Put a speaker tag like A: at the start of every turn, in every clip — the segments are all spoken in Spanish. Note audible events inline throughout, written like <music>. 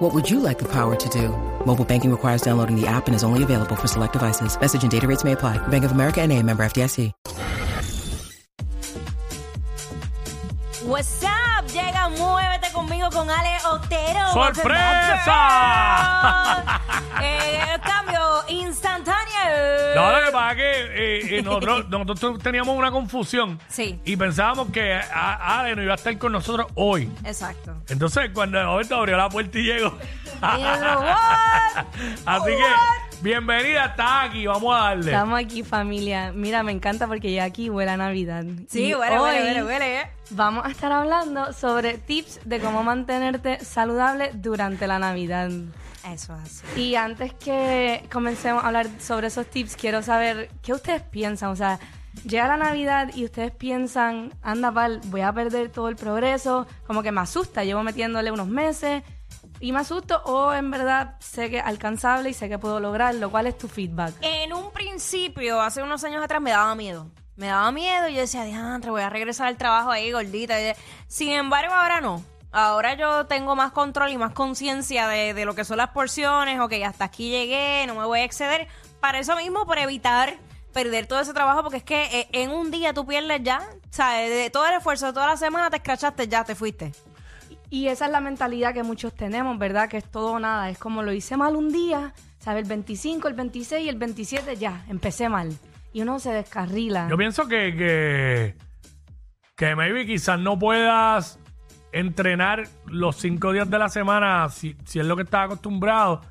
A: What would you like the power to do? Mobile banking requires downloading the app and is only available for select devices. Message and data rates may apply. Bank of America and a member FDIC.
B: What's up? Llega Muévete conmigo con Ale Otero.
C: ¡Sorpresa!
B: Eh, cambio instantáneo.
C: No, lo que pasa es que eh, eh, nosotros, nosotros teníamos una confusión
B: Sí.
C: y pensábamos que a- Ale no iba a estar con nosotros hoy.
B: Exacto.
C: Entonces, cuando de momento abrió la puerta y llegó.
B: Y yo, "What?
C: Así que, bienvenida, está aquí, vamos a darle.
D: Estamos aquí familia. Mira, me encanta porque ya aquí huele a Navidad.
B: Sí,
D: Y
B: huele, huele,
D: hoy
B: huele, huele, eh.
D: Vamos a estar hablando sobre tips de cómo mantenerte saludable durante la Navidad.
B: Eso es así.
D: Y antes que comencemos a hablar sobre esos tips, quiero saber qué ustedes piensan. O sea, llega la Navidad y ustedes piensan, anda pal, voy a perder todo el progreso, como que me asusta, llevo metiéndole unos meses y me asusto o en verdad sé que es alcanzable y sé que puedo lograrlo. ¿Cuál es tu feedback?
B: En un principio, hace unos años atrás, me daba miedo. Me daba miedo y yo decía, diantre, voy a regresar al trabajo ahí gordita. Sin embargo, ahora no. Ahora yo tengo más control y más conciencia de, de lo que son las porciones. Ok, hasta aquí llegué, no me voy a exceder. Para eso mismo, por evitar perder todo ese trabajo, porque es que eh, en un día tú pierdes ya. O sea, de- de todo el esfuerzo de toda la semana te escrachaste, ya te fuiste.
D: Y esa es la mentalidad que muchos tenemos, ¿verdad? Que es todo o nada. Es como lo hice mal un día, ¿sabes? El 25, el 26 y el 27 ya, empecé mal. Y uno se descarrila.
C: Yo pienso que, que, que maybe quizás no puedas entrenar los cinco días de la semana si, si es lo que estás acostumbrado.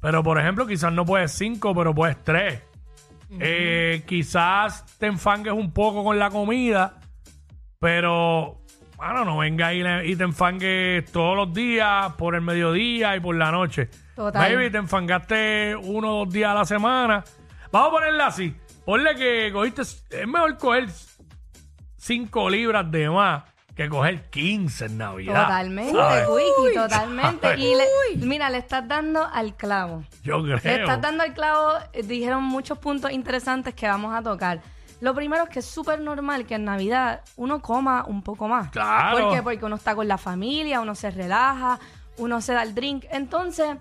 C: Pero, por ejemplo, quizás no puedes cinco, pero puedes tres. Eh, quizás te enfangues un poco con la comida, pero, bueno, no venga y, le- y te enfangues todos los días, por el mediodía y por la noche.
D: Total.
C: Maybe te enfangaste uno o dos días a la semana. Vamos a ponerla así. Ponle que cogiste. Es mejor coger 5 libras de más que coger 15 en Navidad.
D: Totalmente,
C: ¿sabes?
D: Wiki, totalmente.
C: ¿Sabes?
D: Y le- mira, le estás dando al clavo.
C: Yo
D: Le
C: creo.
D: estás dando al clavo, eh, dijeron muchos puntos interesantes que vamos a tocar. Lo primero es que es súper normal que en Navidad uno coma un poco más.
C: Claro.
D: ¿Por qué? Porque uno está con la familia, uno se relaja, uno se da el drink. Entonces,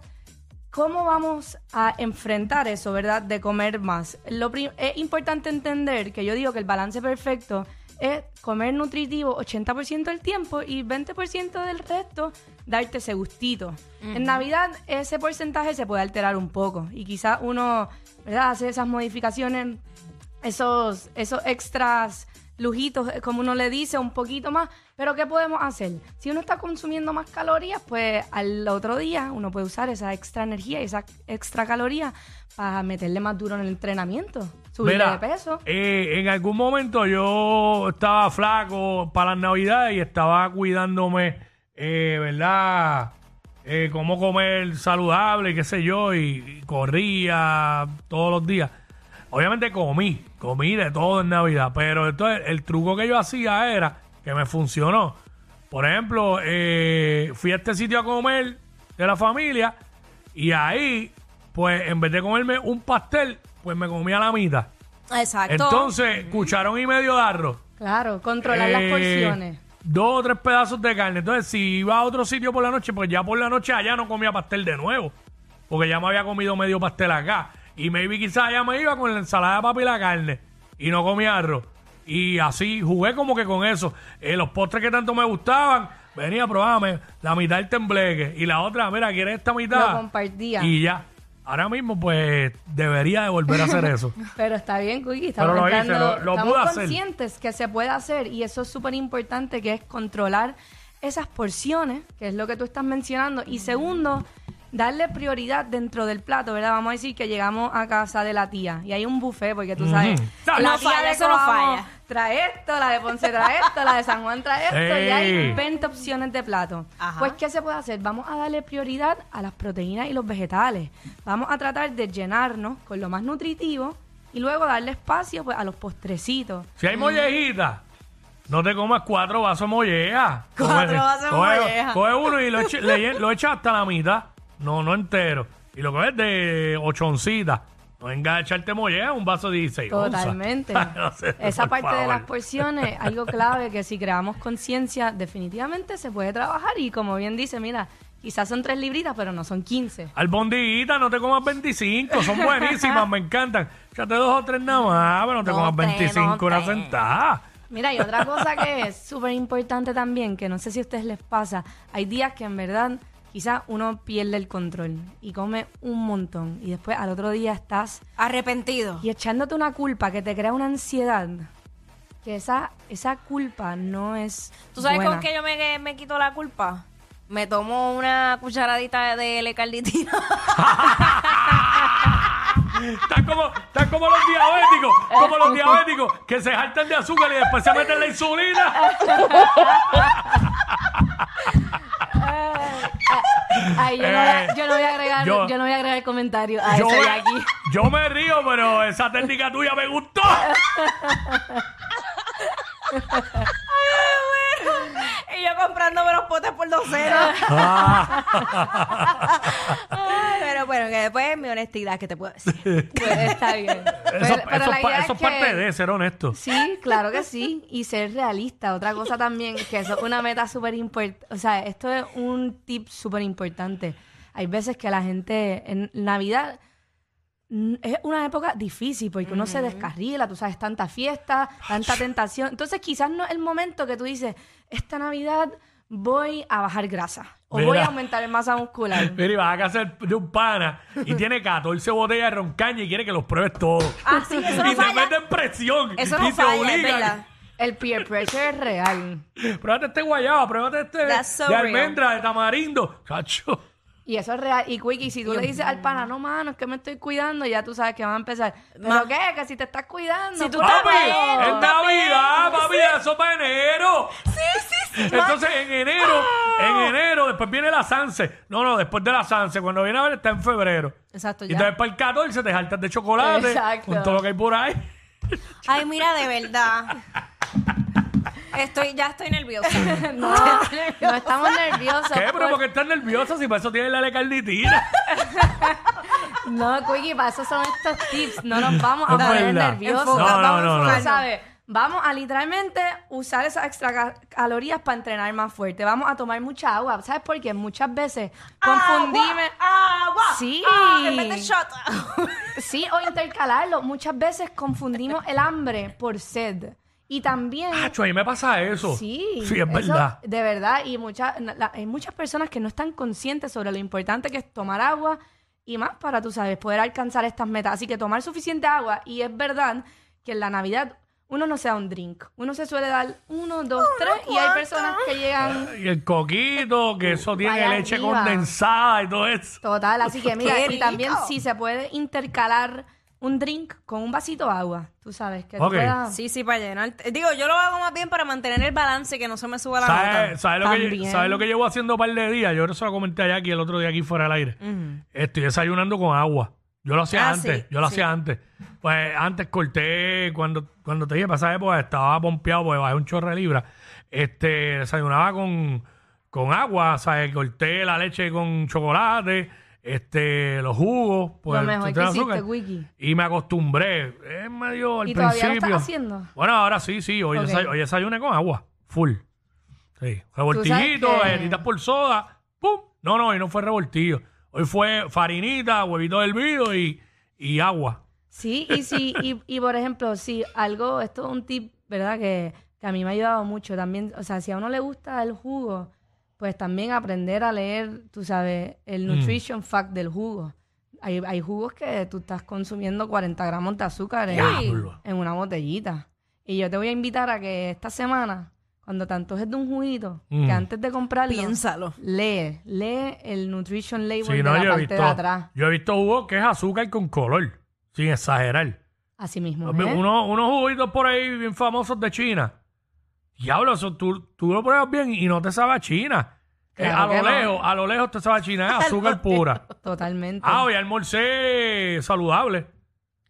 D: ¿cómo vamos a enfrentar eso, verdad? De comer más. Lo pri- es importante entender que yo digo que el balance perfecto es comer nutritivo 80% del tiempo y 20% del resto darte ese gustito. En Navidad ese porcentaje se puede alterar un poco y quizás uno, ¿verdad? Hace esas modificaciones esos, esos extras lujitos, eh, como uno le dice, un poquito más. Pero ¿qué podemos hacer? Si uno está consumiendo más calorías, pues al otro día uno puede usar esa extra energía y esa extra caloría para meterle más duro en el entrenamiento, subirle
C: Mira,
D: de peso.
C: eh, en algún momento yo estaba flaco para las navidades y estaba cuidándome, eh, ¿verdad? Eh, cómo comer saludable, qué sé yo, y, y corría todos los días. Obviamente comí, comí de todo en Navidad, pero entonces el truco que yo hacía era que me funcionó. Por ejemplo, eh, fui a este sitio a comer de la familia y ahí, pues en vez de comerme un pastel, pues me comía la mitad.
B: Exacto.
C: Entonces, cucharón y medio de arroz.
D: Claro, controlar las
C: Eh,
D: porciones.
C: Dos o tres pedazos de carne. Entonces, si iba a otro sitio por la noche, pues ya por la noche allá no comía pastel de nuevo. Porque ya me había comido medio pastel acá. Y maybe quizás allá me iba con la ensalada de papa y la carne. Y no comía arroz. Y así jugué como que con eso. Eh, los postres que tanto me gustaban, venía a probarme la mitad del tembleque. Y la otra, mira, ¿quieres esta mitad?
D: Lo compartía.
C: Y ya. Ahora mismo, pues, debería de volver a hacer eso.
D: <laughs> Pero está bien, Cookie. Estamos,
C: Pero lo hice,
D: entrando-
C: lo- lo
D: estamos
C: pude hacer.
D: conscientes que se puede hacer y eso es súper importante, que es controlar esas porciones, que es lo que tú estás mencionando. Y segundo, darle prioridad dentro del plato, ¿verdad? Vamos a decir que llegamos a casa de la tía y hay un buffet, porque tú sabes.
C: Ujú.
D: La
B: No
D: tía
B: falla,
D: de
B: eso no
D: Coamo
B: falla.
D: Trae esto, la de Ponce trae esto, la de San Juan trae esto, y
C: Ey.
D: hay 20 opciones de plato.
B: Ajá.
D: Pues, ¿qué se puede hacer? Vamos a darle prioridad a las proteínas y los vegetales. Vamos a tratar de llenarnos con lo más nutritivo y Y luego darle espacio pues, a los postrecitos.
C: Si hay mollejita, no te comas cuatro vasos molleja.
B: Cuatro
C: Coge-
B: vasos
C: coge-
B: molleja.
C: Coge uno y lo, eche- le llen- lo echas hasta la mitad. No, no entero. Y lo coges de ochoncita. No venga a echarte molleja, un vaso de 16 onzas. <laughs>
D: Totalmente.
C: No sé,
D: Esa
C: por
D: parte de
C: favor.
D: las porciones, algo clave que si creamos conciencia, definitivamente se puede trabajar. Y como bien dice, mira, quizás son tres libritas, pero no son 15.
C: <laughs> Albondiguita, no te comas 25, son
D: <laughs>
C: buenísimas, me encantan. Echate dos o tres nada más, pero no te
B: No
C: comas
B: te, no
C: 25 una
B: te.
C: sentada.
D: Mira, y otra cosa que es súper importante también, que no sé si a ustedes les pasa, hay días que en verdad quizás uno pierde el control y come un montón y después al otro día estás
B: Arrepentido.
D: y echándote una culpa que te crea una ansiedad, que esa, esa culpa no es...
B: ¿Tú sabes
D: buena.
B: con qué yo me, me quito la culpa? Me tomo una cucharadita de L-carnitina. <laughs>
C: Están como, están como los diabéticos, como los diabéticos que se jaltan de azúcar y después se meten la insulina.
D: Ah, Ay, yo, no voy
C: Eh,
D: a, yo no voy a agregar,
C: yo-
D: yo, no voy a agregar comentario a
C: yo,
D: eso de
C: me,
D: aquí.
C: yo me río, pero esa técnica tuya me gustó.
B: y yo comprándome los potes por
D: <laughs>
B: docenas. Ay, pero bueno, que después es mi honestidad que te puedo decir.
D: <laughs> Pues está bien. Pero-
C: Eso,
D: pero
C: eso
D: la
C: es pa-
D: idea
C: eso
D: es
C: es parte
D: que-
C: de ser honesto.
D: Sí, claro que sí. Y ser realista. Otra cosa también, que eso es una meta súper importante. O sea, esto es un tip súper importante. Hay veces que la gente en Navidad mm, es una época difícil porque uno se descarrila, tú sabes, tanta fiesta, tanta tentación. Entonces quizás no es el momento que tú dices, esta Navidad voy a bajar grasa o voy
C: Mira.
D: a aumentar el masa
C: <laughs>
D: muscular.
C: Mira, y vas a casa de un pana y tiene 14 botellas de roncaña y quiere que los pruebes todos.
B: Ah, sí, eso no
C: y te
B: falla.
C: meten presión
B: Eso
C: y
B: no
C: te
B: falla, es
C: obligan.
B: verdad.
D: El peer pressure es real.
C: Pruébate este guayaba, pruébate este
B: That's so
C: de
B: real.
C: almendra, de tamarindo. Cacho.
D: Y eso es real. Y Quickie, si tú le dices al pana, no, mano, es que me estoy cuidando, ya tú sabes que van a empezar. ¿Pero
B: Ma-
D: qué? Que si te estás cuidando.
B: Si tú
D: pues,
B: estás
C: ¡Papi!
B: bien,
C: ¡Es
B: tú estás
C: Navidad,
B: bien.
C: papi! ¡Eso es para enero!
B: Sí, sí, sí.
C: Entonces en enero, en
D: ¡Ah!
C: enero, después viene la Sanse. No, no, después de la Sanse, cuando viene a ver está en febrero.
D: Exacto,
C: Y
D: ya.
C: entonces para el 14 te jaltas de chocolate
D: Exacto.
C: con todo lo que hay por ahí.
B: Ay, mira, de verdad. Estoy, ya estoy nerviosa. <laughs>
D: <laughs> No, <laughs> no estamos nerviosos. pues.
C: ¿Qué? Pero
D: por-
C: porque estás nerviosa si para eso tienes la lecarnitina.
D: No, Quickie, para eso son estos tips. No nos vamos a
C: Es
D: poner
C: verdad.
D: nerviosos.
C: No, no,
D: Vamos a
C: no, no.
D: enfocarnos. ¿Sabes? Vamos a literalmente usar esas extra ca- calorías para entrenar más fuerte. Vamos a tomar mucha agua. ¿Sabes por qué? Muchas veces confundimos.
B: Agua, agua.
D: Sí.
B: Ah, en vez de shot.
D: Sí, o intercalarlo. Muchas veces confundimos el hambre por sed. Y también.
C: Nacho, a mí me pasa eso.
D: Sí,
C: Sí, es
D: eso,
C: verdad.
D: De verdad, y mucha- na- la- hay muchas personas que no están conscientes sobre lo importante que es tomar agua y más para, tú sabes, poder alcanzar estas metas. Así que tomar suficiente agua, y es verdad que en la Navidad uno no se da un drink. Uno se suele dar uno, dos, tres, y hay personas que llegan
C: Y el coquito, que eso tiene
D: Vaya
C: leche
D: arriba.
C: condensada y todo eso.
D: total.
C: <laughs>
D: Así que mira,
B: Qué
D: y también
B: rico.
D: si se puede intercalar un drink con un vasito de agua, tú sabes, que tú
C: Ok.
D: puedas-
B: Sí, sí, para llenar. Eh, Digo, yo lo hago más bien para mantener el balance y que no se me suba la
C: ¿Sabes
B: nota.
C: sabe lo, que
D: También.
C: sabe lo que llevo haciendo un par de días? Yo eso lo comenté allá aquí el otro día aquí fuera del aire. Estoy desayunando con agua. Yo lo hacía
B: Ah,
C: antes,
B: sí,
C: yo lo
B: sí.
C: hacía antes. Pues antes corté, cuando, cuando te dije para esa época estaba pompeado porque bajé un chorro de libra. Este, desayunaba con, con agua, ¿sabes? Corté la leche con chocolate, este, los jugos. Pues,
D: Lo mejor
C: tú tienes
D: que hiciste,
C: azúcar.
D: Wiki.
C: Y me acostumbré. Es medio al
D: ¿Y todavía
C: principio.
D: lo estás haciendo?
C: Bueno, ahora sí, sí. Hoy,
D: Ok.
C: desay- hoy desayuné con agua, full. Sí, revoltillito,
D: Tú sabes que-
C: galletitas por soda, ¡pum! No, no, hoy no fue revoltillo. Hoy fue farinita, huevito hervido y, y agua.
D: Sí, y sí, y, y por ejemplo, sí, algo, esto es un tip, ¿verdad? Que, que a mí me ha ayudado mucho también, o sea, si a uno le gusta el jugo, pues también aprender a leer, tú sabes, el
C: Mm.
D: nutrition fact del jugo. Hay, hay jugos que tú estás consumiendo 40 gramos de azúcar en,
C: Diablo.
D: en una botellita. Y yo te voy a invitar a que esta semana, cuando tanto es de un juguito,
C: Mm.
D: que antes de comprarlo,
B: Piénsalo.
D: lee, lee el nutrition label
C: Sí,
D: de
C: no,
D: la
C: yo he
D: parte de
C: visto.
D: atrás.
C: Yo he visto jugos que es azúcar con color, sin exagerar.
D: Así mismo. ¿eh?
C: Uno- unos juguitos por ahí bien famosos de China. Diablo, eso tú, tú lo pruebas bien y no te sabe a China. Eh,
D: Claro
C: a
D: que
C: lo
D: no.
C: lejos, a lo
D: <laughs>
C: lejos te sabe a China, es azúcar pura.
D: Totalmente.
C: Ah, hoy almorcé saludable.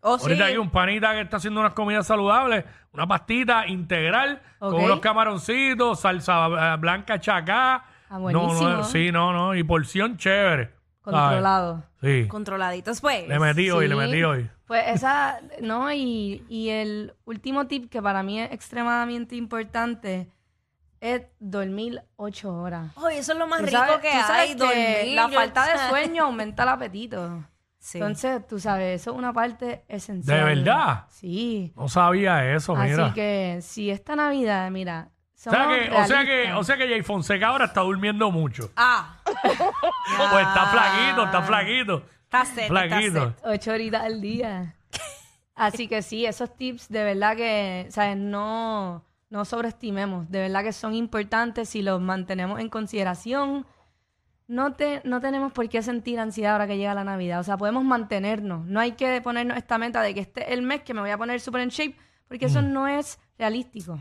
B: Oh, sí.
C: Ahorita hay un panita que está haciendo unas comidas saludables, una pastita integral
D: Ok.
C: con unos camaroncitos, salsa eh, blanca chacá.
D: Ah,
C: No,
D: buenísimo.
C: no, sí, no, no, y porción chévere. ¿sabes?
D: Controlado.
B: <laughs>
C: Sí.
B: Controladitos, pues.
C: Le metí hoy, le
D: Sí.
C: metí hoy.
D: Pues esa, no, y, y el último tip que para mí es extremadamente importante es dormir ocho horas.
B: Oye, eso es lo más
D: Tú
B: rico
D: sabes-
B: que
D: tú sabes
B: hay,
D: que
B: dormir.
D: La
B: yo-
D: falta
B: <laughs>
D: de <laughs> sueño aumenta el apetito.
B: Sí.
D: Entonces, tú sabes, eso es una parte esencial.
C: ¿De verdad?
D: Sí.
C: No sabía eso, mira.
D: Así que si esta Navidad, mira,
C: o sea que, o sea que,
D: realistas.
C: o sea que Jay Fonseca ahora está durmiendo mucho. <laughs>
B: Ah,
C: Pues está flaquito, está flaquito.
B: está seco, está
C: Flaquito.
B: seco.
D: ocho horitas al día. Así que sí, esos tips de verdad que, ¿sabes? No, no sobreestimemos. De verdad que son importantes si los mantenemos en consideración. No, te, no tenemos por qué sentir ansiedad ahora que llega la Navidad. O sea, podemos mantenernos. No hay que ponernos esta meta de que este es el mes que me voy a poner super en shape, porque eso no es realístico.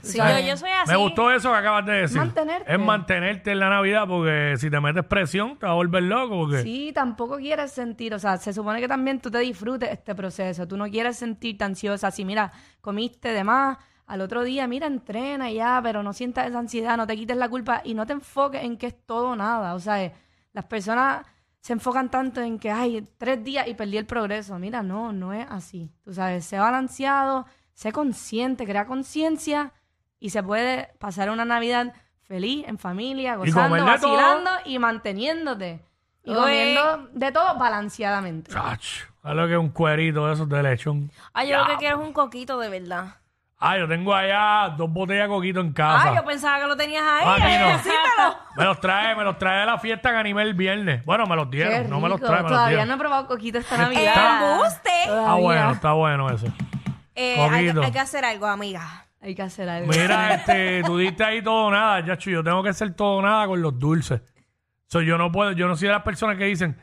B: Sí,
C: Está
B: yo,
C: bien.
B: yo soy así.
C: Me gustó eso que acabas de decir.
D: Mantenerte.
C: Es mantenerte en la Navidad porque si te metes presión te vas a volver loco. Porque...
D: Sí, tampoco quieres sentir, o sea, se supone que también tú te disfrutes este proceso, tú no quieres sentirte ansiosa, si mira, comiste de más, al otro día, mira, entrena y ya, pero no sientas esa ansiedad, no te quites la culpa y no te enfoques en que es todo o nada, o sea, eh, las personas se enfocan tanto en que, ay, tres días y perdí el progreso, mira, no, no es así, tú sabes, sé balanceado, sé consciente, crea conciencia y se puede pasar una Navidad feliz, en familia,
C: Y
D: gozando,
C: comer de todo.
D: vacilando y manteniéndote. Y
B: Uy.
D: comiendo de todo balanceadamente.
C: Ach, a lo que un cuerito de esos de lechón.
B: Ah, yo lo que quiero es un coquito, de verdad.
C: Ah, yo tengo allá dos botellas de coquito en casa.
B: Ah,
D: pues-
B: yo pensaba que lo tenías
C: Ah,
B: ahí.
C: Tino.
B: <laughs> eh, decímelo.
C: Me los trae, me los trae de la fiesta que animé el viernes. Bueno, me los
D: Qué
C: dieron, no me los
D: rico.
C: trae, me los
D: Todavía
C: dieron.
D: no he probado coquito esta
C: Está-
B: Eh,
D: Navidad.
B: ¡Embuste!
C: Está
D: Todavía.
C: bueno, está bueno eso.
B: Eh, hay,
C: Coquito.
B: hay que hacer algo, amiga.
D: Hay que hacer algo.
C: Mira, este, tú diste ahí todo o nada, Yacho, yo tengo que ser todo o nada con los dulces. So, yo no puedo, yo no soy de las personas que dicen,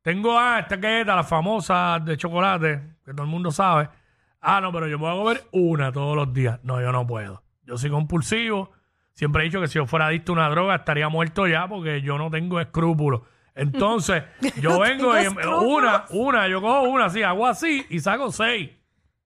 C: tengo ah, esta galleta, la famosa de chocolate, que todo el mundo sabe. Ah, no, pero yo me voy a comer una todos los días. No, yo no puedo. Yo soy compulsivo. Siempre he dicho que si yo fuera adicto a una droga estaría muerto ya porque yo no tengo escrúpulos. Entonces, yo vengo y una, una, yo cojo una así, hago así y saco seis.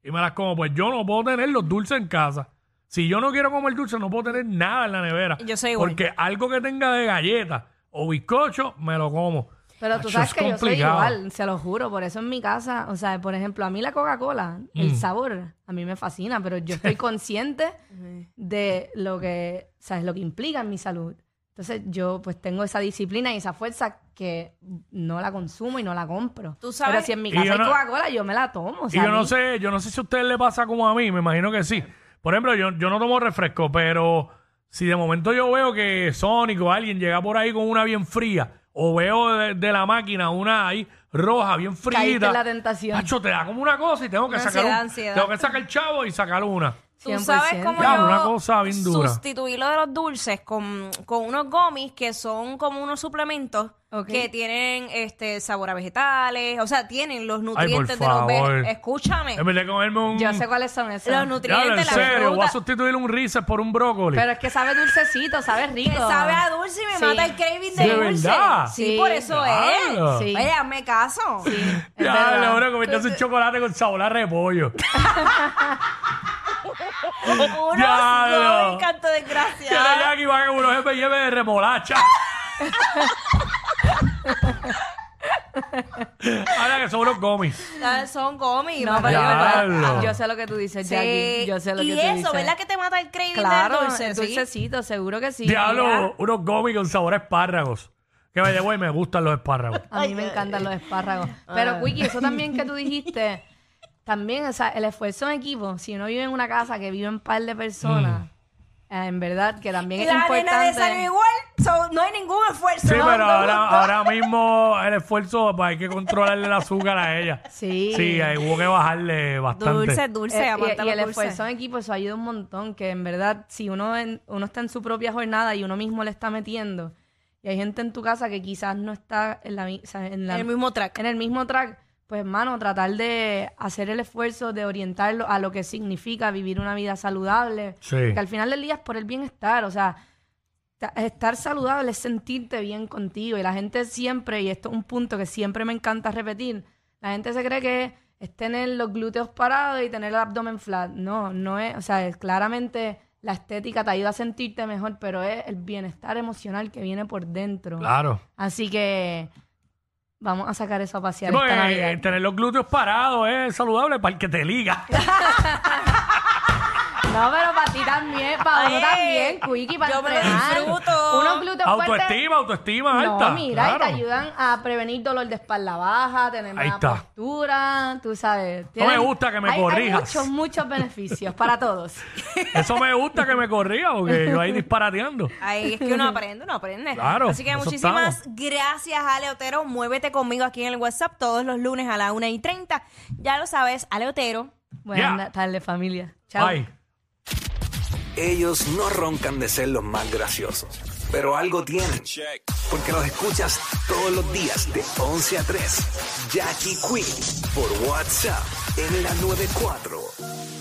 C: Y me las como, pues yo no puedo tener los dulces en casa. Si yo no quiero comer dulce, no puedo tener nada en la nevera.
B: Yo soy igual.
C: Porque algo que tenga de galleta o bizcocho, me lo como.
D: Pero
C: Acho,
D: tú sabes
C: es
D: que
C: complicado.
D: yo soy igual, se lo juro. Por eso en mi casa, o sea, por ejemplo, a mí la Coca-Cola,
C: Mm.
D: el sabor, a mí me fascina, pero yo estoy consciente de lo que, ¿sabes? Lo que implica en mi salud. Entonces yo pues tengo esa disciplina y esa fuerza que no la consumo y no la compro.
B: Tú sabes-
D: Pero si en mi
C: Y
D: casa
C: yo
D: hay
C: no-
D: Coca-Cola, yo me la tomo. o
C: Y
D: sea,
C: yo
D: a
C: no
D: mí-
C: sé, yo no sé si a ustedes le pasa como a mí, me imagino que sí. Por ejemplo, yo, yo no tomo refresco, pero si de momento yo veo que Sonic o alguien llega por ahí con una bien fría, o veo de, de la máquina una ahí roja, bien fría.
D: Caíste en la tentación.
C: Macho, te da como una cosa y tengo que
B: Una
C: sacar
B: ansiedad,
C: un-
B: ansiedad.
C: tengo que sacar el chavo y sacar una.
B: Tú sabes
D: 100%.
B: cómo
C: Diablo,
B: yo
C: una cosa bien dura.
B: sustituí lo de los dulces con, con unos gomis que son como unos suplementos
D: Ok.
B: que tienen este sabor a vegetales, o sea, tienen los nutrientes
C: por
B: de los
C: favor.
B: ve- Escúchame.
C: En vez de comerme un.
D: Yo sé cuáles son esos.
B: Los
C: Diablo,
B: nutrientes de
C: en
B: la
C: serio, voy a
B: fruta.
C: sustituir un Reese's por un brócoli.
D: Pero es que sabe dulcecito, sabe rico.
B: Que sabe a dulce y me
D: Sí.
B: mata el craving de,
C: ¿De
B: dulce.
C: verdad?
B: Sí,
D: Sí.
B: por eso
C: Diablo.
B: es.
D: Sí.
B: Oye, hazme caso.
D: Es
C: Ya,
D: verdad.
C: ahora comiste un chocolate con sabor a repollo.
B: Unos
C: Diablo.
B: gomis, canto de
C: <laughs> Que la
B: gracia.
C: Jackie va a unos M&M de
D: <laughs>
C: remolacha. Ahora que son unos gomis.
B: Ah, Son gomis.
D: No,
B: me
D: pero yo,
B: parece-
C: Diablo.
D: ah, yo sé lo que tú dices,
B: Sí.
D: Jackie. Yo sé lo
B: y
D: que tú
B: eso,
D: dices.
B: ¿verdad que te mata el craving
D: Claro,
B: del dulce?
D: el
B: sí?
D: dulcecito, seguro que sí.
C: Diablo, unos gomis con sabor a espárragos. Que vaya, güey, me gustan los
D: <laughs>
C: espárragos.
D: A mí me encantan los espárragos.
B: Ah.
D: Pero, Wiki, eso también
B: <laughs>
D: que tú dijiste, también, o sea, el esfuerzo en equipo. Si uno vive en una casa que viven un par de personas,
C: Mm.
D: eh, en verdad que también
B: Y
D: es
B: la arena de
D: importante.
B: salió igual, so, no hay ningún esfuerzo.
C: Sí,
B: ¿no?
C: pero
B: No,
C: ahora, ah,
B: no.
C: ahora mismo el esfuerzo, pues, hay que controlarle el azúcar a ella.
D: Sí.
C: Sí, ahí hubo que bajarle bastante.
B: Dulce, dulce,
D: Eh,
B: aguanta
D: y,
B: los
D: y el
B: dulces.
D: esfuerzo en equipo, eso ayuda un montón, que en verdad, si uno, en- uno está en su propia jornada y uno mismo le está metiendo, y hay gente en tu casa que quizás no está en la, mi- o sea, en la-
B: El mismo track.
D: en el mismo track, pues hermano, tratar de hacer el esfuerzo de orientarlo a lo que significa vivir una vida saludable.
C: Sí.
D: Que al final del día es por el bienestar, o sea, ta- estar saludable es sentirte bien contigo. Y la gente siempre, y esto es un punto que siempre me encanta repetir, la gente se cree que es tener los glúteos parados y tener el abdomen flat. No, no es, o sea, es claramente la estética te ayuda a sentirte mejor, pero es el bienestar emocional que viene por dentro.
C: Claro.
D: Así que vamos a sacar eso a pasear.
C: Porque,
D: esta Navidad.
C: eh, tener los glúteos parados es saludable para el que te liga.
D: No, pero para ti también, para uno
B: Ay,
D: también, Quickie, para
B: yo me lo
D: entrenar.
B: disfruto.
D: Unos glúteos fuertes.
C: autoestima, autoestima alta.
D: No, mira,
C: claro.
D: y te ayudan a prevenir dolor de espalda baja, tener
C: Ahí
D: más
C: está.
D: postura, tú sabes.
C: me gusta que me
D: hay- hay
C: corrijas.
D: muchos, muchos beneficios
C: <laughs>
D: para todos.
C: Eso me gusta que me corría porque yo ahí disparateando.
B: Ahí es que <laughs> uno aprende, uno aprende.
C: Claro,
B: Así que
C: eso
B: muchísimas gracias, Ale Otero. Muévete conmigo aquí en el WhatsApp todos los lunes a la 1 y 30. Ya lo sabes, Ale Otero.
D: Buenas
C: Yeah.
D: tardes, familia. Chao.
C: Ay.
E: Ellos no roncan de ser los más graciosos, pero algo tienen. Porque los escuchas todos los días de 11 a 3. Jackie Quinn por WhatsApp en la 94.